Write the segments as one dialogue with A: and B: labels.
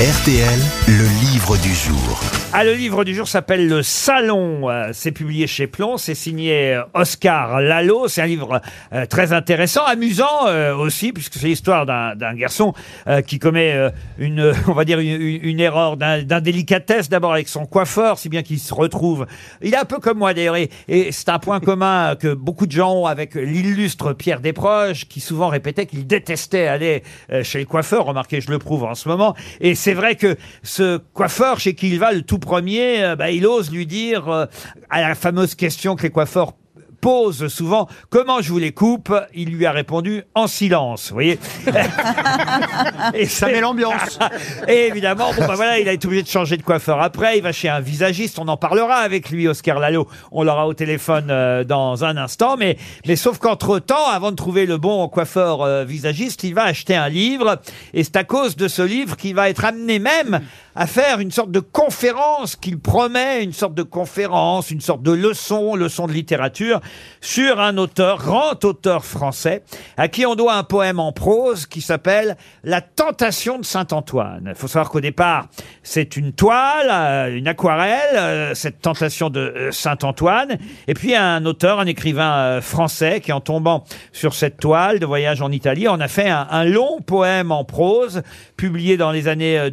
A: RTL, le livre du jour.
B: Ah, le livre du jour s'appelle Le Salon. Euh, C'est publié chez Plon. C'est signé euh, Oscar Lalo. C'est un livre euh, très intéressant, amusant euh, aussi, puisque c'est l'histoire d'un d'un garçon euh, qui commet euh, une, euh, on va dire, une, une- une erreur d'un- d'indélicatesse d'abord avec son coiffeur, si bien qu'il se retrouve. Il est un peu comme moi d'ailleurs, et, et c'est un point commun que beaucoup de gens ont avec l'illustre Pierre Desproges, qui souvent répétait qu'il détestait aller euh, chez le coiffeur. Remarquez, je le prouve en ce moment. Et c'est vrai que ce coiffeur chez qui il va le tout premier, euh, bah, il ose lui dire euh, à la fameuse question que les coiffeurs posent souvent comment je vous les coupe il lui a répondu en silence vous voyez et ça met l'ambiance et évidemment bon bah voilà il a été obligé de changer de coiffeur après il va chez un visagiste on en parlera avec lui Oscar Lalo on l'aura au téléphone euh, dans un instant mais mais sauf qu'entre temps avant de trouver le bon coiffeur euh, visagiste il va acheter un livre et c'est à cause de ce livre qu'il va être amené même à faire une sorte de conférence qu'il promet, une sorte de conférence, une sorte de leçon, leçon de littérature, sur un auteur, grand auteur français, à qui on doit un poème en prose qui s'appelle La tentation de Saint-Antoine. Il faut savoir qu'au départ, c'est une toile, euh, une aquarelle, euh, cette tentation de euh, Saint-Antoine, et puis un auteur, un écrivain euh, français qui, en tombant sur cette toile de voyage en Italie, en a fait un, un long poème en prose, publié dans les années euh,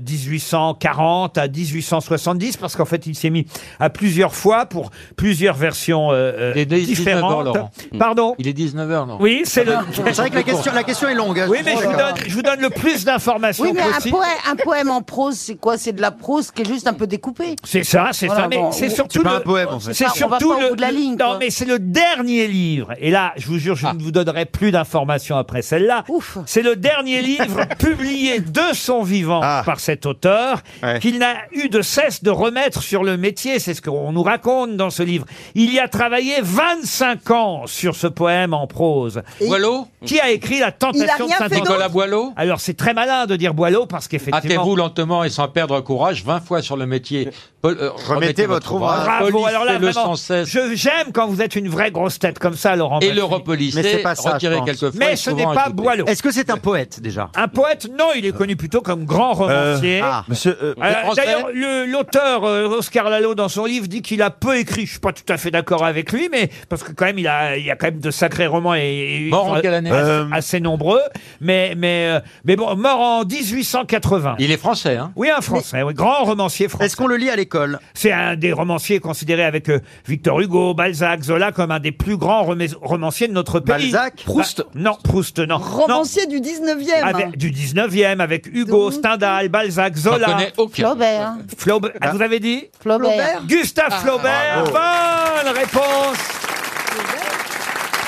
B: 1840 à 1870, parce qu'en fait, il s'est mis à plusieurs fois pour plusieurs versions euh, euh,
C: Il est 19 heures,
B: différentes.
C: Laurent.
B: Pardon
C: Il est 19h, non
B: Oui, c'est le...
D: C'est vrai que la question, la question est longue. hein.
B: Oui, mais je vous donne, je vous donne le plus d'informations
E: Oh Oui, mais un
B: possible.
E: poème, un poème en prose, c'est quoi C'est de la prose qui est juste un peu découpée.
B: C'est ça, c'est
E: Voilà,
B: ça, mais
E: bon,
B: c'est
E: on-
B: surtout
D: C'est pas un
B: le-
D: poème, en fait.
B: C'est
E: pas- on va
B: surtout
E: pas au
B: le
E: bout de la ligne,
B: Non,
E: quoi. Ah.
B: mais c'est le dernier livre. Et là, je vous jure, je ne vous donnerai plus d'informations après celle-là.
E: Ouf.
B: C'est le dernier livre publié de son vivant
D: Ah.
B: par cet auteur
D: Ouais.
B: qu'il n'a eu de cesse de remettre sur le métier. C'est ce qu'on nous raconte dans ce livre. Il y a travaillé 25 ans sur ce poème en prose.
C: Boileau
B: Qui a écrit La Tentation de
E: rien fait
B: Saint-Antoine
C: Nicolas Boileau
B: Alors, c'est très malin de dire Boileau
D: Ah,
B: parce qu'effectivement.
C: Hâtez-vous lentement et sans perdre courage, 20 fois sur le métier. Pol- euh, remettez,
D: votre ouvrage.
B: Bravo.
C: Polissez
B: Alors là,
C: le
B: vraiment,
C: 116
B: je j'aime quand vous êtes une vraie grosse tête comme ça, Laurent.
C: et
B: Baffy.
C: le repolisser,
D: Mais c'est pas ça, je
C: retirez
D: pense.
C: quelques fois.
B: Mais
C: et
B: ce n'est
C: souvent
B: pas
C: ajouter.
B: Boileau.
D: Est-ce que c'est un poète déjà
B: Un poète, non, il est connu plutôt comme grand romancier.
D: ah.
F: Monsieur, euh,
B: Euh,
C: Français.
B: D'ailleurs, le- l'auteur euh, Oscar Lalo, dans son livre, dit qu'il a peu écrit. Je suis pas tout à fait d'accord avec lui, mais parce que quand même, il a, il y a quand même de sacrés romans et, et-
C: Mort en
B: enfin,
C: quelle année
B: assez,
F: Euh,
B: assez nombreux. Mais mais euh, mais bon, mort en 1880.
C: Il est français, hein
B: Oui, un français, oui, grand romancier français.
D: Est-ce qu'on le lit à l'école
B: C'est un des romanciers considérés avec euh, Victor Hugo, Balzac, Zola comme un des plus grands remais- romanciers de notre pays.
D: Balzac
B: Proust Non, Proust, non.
G: Romancier hein. du 19e.
B: Non, avec- du 19e, avec Hugo,
G: Donc-
B: Stendhal, Balzac,
C: Je
B: Zola,
C: connais aucun.
E: Flaubert.
B: Flaubert. Ah, Vous avez dit
E: Flaubert.
G: Flaubert.
B: Gustave
G: Ah.
B: Flaubert. Bonne réponse.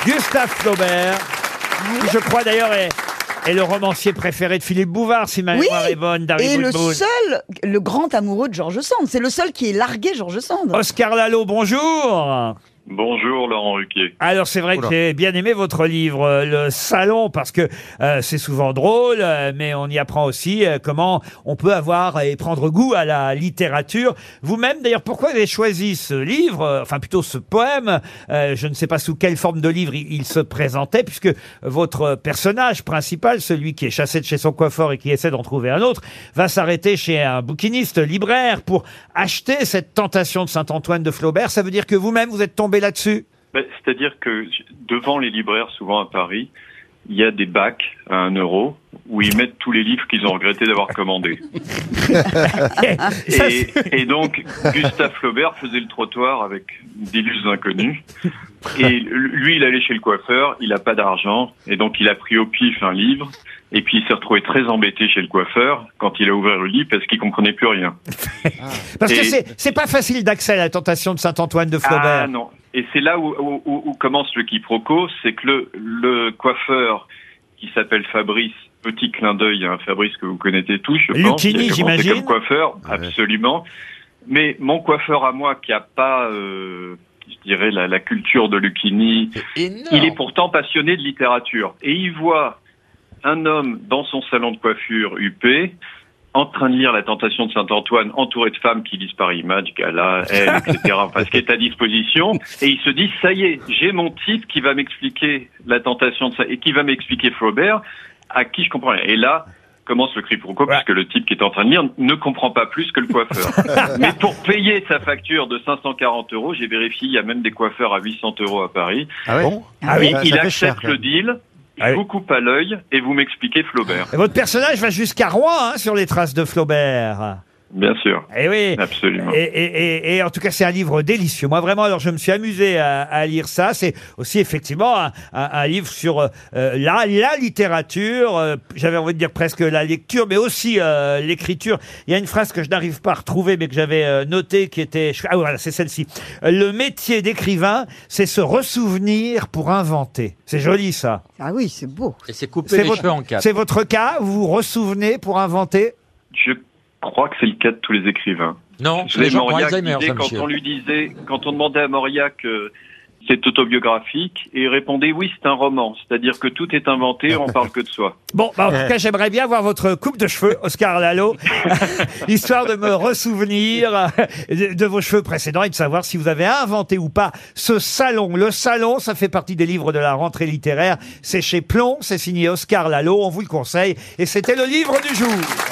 B: Gustave Flaubert, qui je crois d'ailleurs est, est le romancier préféré de Philippe Bouvard, si ma
G: Oui.
B: mémoire est bonne, d'Harry
G: Et le
B: Boudboul.
G: seul, le grand amoureux de George Sand. C'est le seul qui ait largué George Sand.
B: Oscar Lalo, bonjour.
H: Bonjour Laurent Ruquier.
B: Alors c'est vrai que j'ai bien aimé votre livre euh, Le Salon parce que euh, c'est souvent drôle, euh, mais on y apprend aussi euh, comment on peut avoir et prendre goût à la littérature. Vous-même d'ailleurs, pourquoi avez choisi ce livre, euh, enfin plutôt ce poème euh, Je ne sais pas sous quelle forme de livre il, il se présentait, puisque votre personnage principal, celui qui est chassé de chez son coiffeur et qui essaie d'en trouver un autre, va s'arrêter chez un bouquiniste libraire pour acheter cette tentation de Saint-Antoine de Flaubert. Ça veut dire que vous-même vous êtes tombé là-dessus
H: Ben, C'est-à-dire que j- devant les libraires, souvent à Paris, il y a des bacs à un euro où ils mettent tous les livres qu'ils ont regretté d'avoir commandés.
B: Et ça,
H: Et, et donc, Gustave Flaubert faisait le trottoir avec d'illustres inconnus. Et lui, il allait chez le coiffeur, il n'a pas d'argent, et donc il a pris au pif un livre. Et puis il s'est retrouvé très embêté chez le coiffeur quand il a ouvert le livre parce qu'il comprenait plus rien.
B: Parce que
H: Et-
B: c'est- c'est pas facile d'accès à la tentation de Saint-Antoine de Flaubert.
H: Ah non. Et c'est là où, où- où- où commence le quiproquo, c'est que le, le coiffeur qui s'appelle Fabrice, petit clin d'œil à un Fabrice que vous connaissez tous, je pense.
B: Lucchini,
H: qui a commencé
B: j'imagine.
H: Comme coiffeur, absolument. Mais mon coiffeur à moi qui a pas, euh, je dirais, la, la culture de Lucchini, il est pourtant passionné de littérature et il voit un homme dans son salon de coiffure UP en train de lire La Tentation de Saint-Antoine, entouré de femmes qui lisent par image, Gala, Elle, etc., enfin, ce qui est à disposition, et il se dit, ça y est, j'ai mon type qui va m'expliquer La Tentation de Saint- et qui va m'expliquer Flaubert, à qui je comprends rien. Et là, commence le quiproquo puisque le type qui est en train de lire ne comprend pas plus que le coiffeur. Mais pour payer sa facture de 540 euros, j'ai vérifié, il y a même des coiffeurs à 800 euros à Paris.
D: Ah ouais
A: Bon
B: Ah oui.
D: Bah, ça
H: il
D: fait
H: accepte
D: cher, quand
H: le
D: même.
H: deal, il
B: Ah oui.
H: vous coupe à l'œil et vous m'expliquez Flaubert.
B: Et Votre personnage va jusqu'à Rouen hein, sur les traces de Flaubert.
H: Bien sûr,
B: Eh oui.
H: Euh, absolument.
B: Et, et- et- et en tout cas, c'est un livre délicieux. Moi, vraiment, alors je me suis amusé à, à lire ça. C'est aussi effectivement un, un- un livre sur euh, la, la littérature. euh, J'avais envie de dire presque la lecture, mais aussi euh, l'écriture. Il y a une phrase que je n'arrive pas à retrouver, mais que j'avais euh, notée, qui était ah voilà, c'est celle-ci. Euh, Le métier d'écrivain, c'est se ressouvenir pour inventer. C'est joli ça.
G: Ah oui, c'est beau.
C: Et c'est couper
B: C'est
C: les
B: votre,
C: cheveux en quatre.
B: c'est votre cas. Vous vous ressouvenez pour inventer.
H: Je crois que c'est le cas de tous les écrivains.
C: Non, Ah,
H: Vous
C: les
H: savez,
C: gens ont
H: Mauriac
C: Alzheimer,
H: disait,
C: ça,
H: quand
C: monsieur.
H: on lui disait, quand on demandait à Mauriac euh, c'est autobiographique, et il répondait oui, c'est un roman, c'est-à-dire que tout est inventé, on parle que de soi.
B: Bon, bah, en tout cas, j'aimerais bien voir votre coupe de cheveux, Oscar Lalo, histoire de me ressouvenir de de vos cheveux précédents et de savoir si vous avez inventé ou pas ce salon. Le salon, ça fait partie des livres de la rentrée littéraire. C'est chez Plomb, c'est signé Oscar Lalo, on vous le conseille. Et c'était le livre du jour.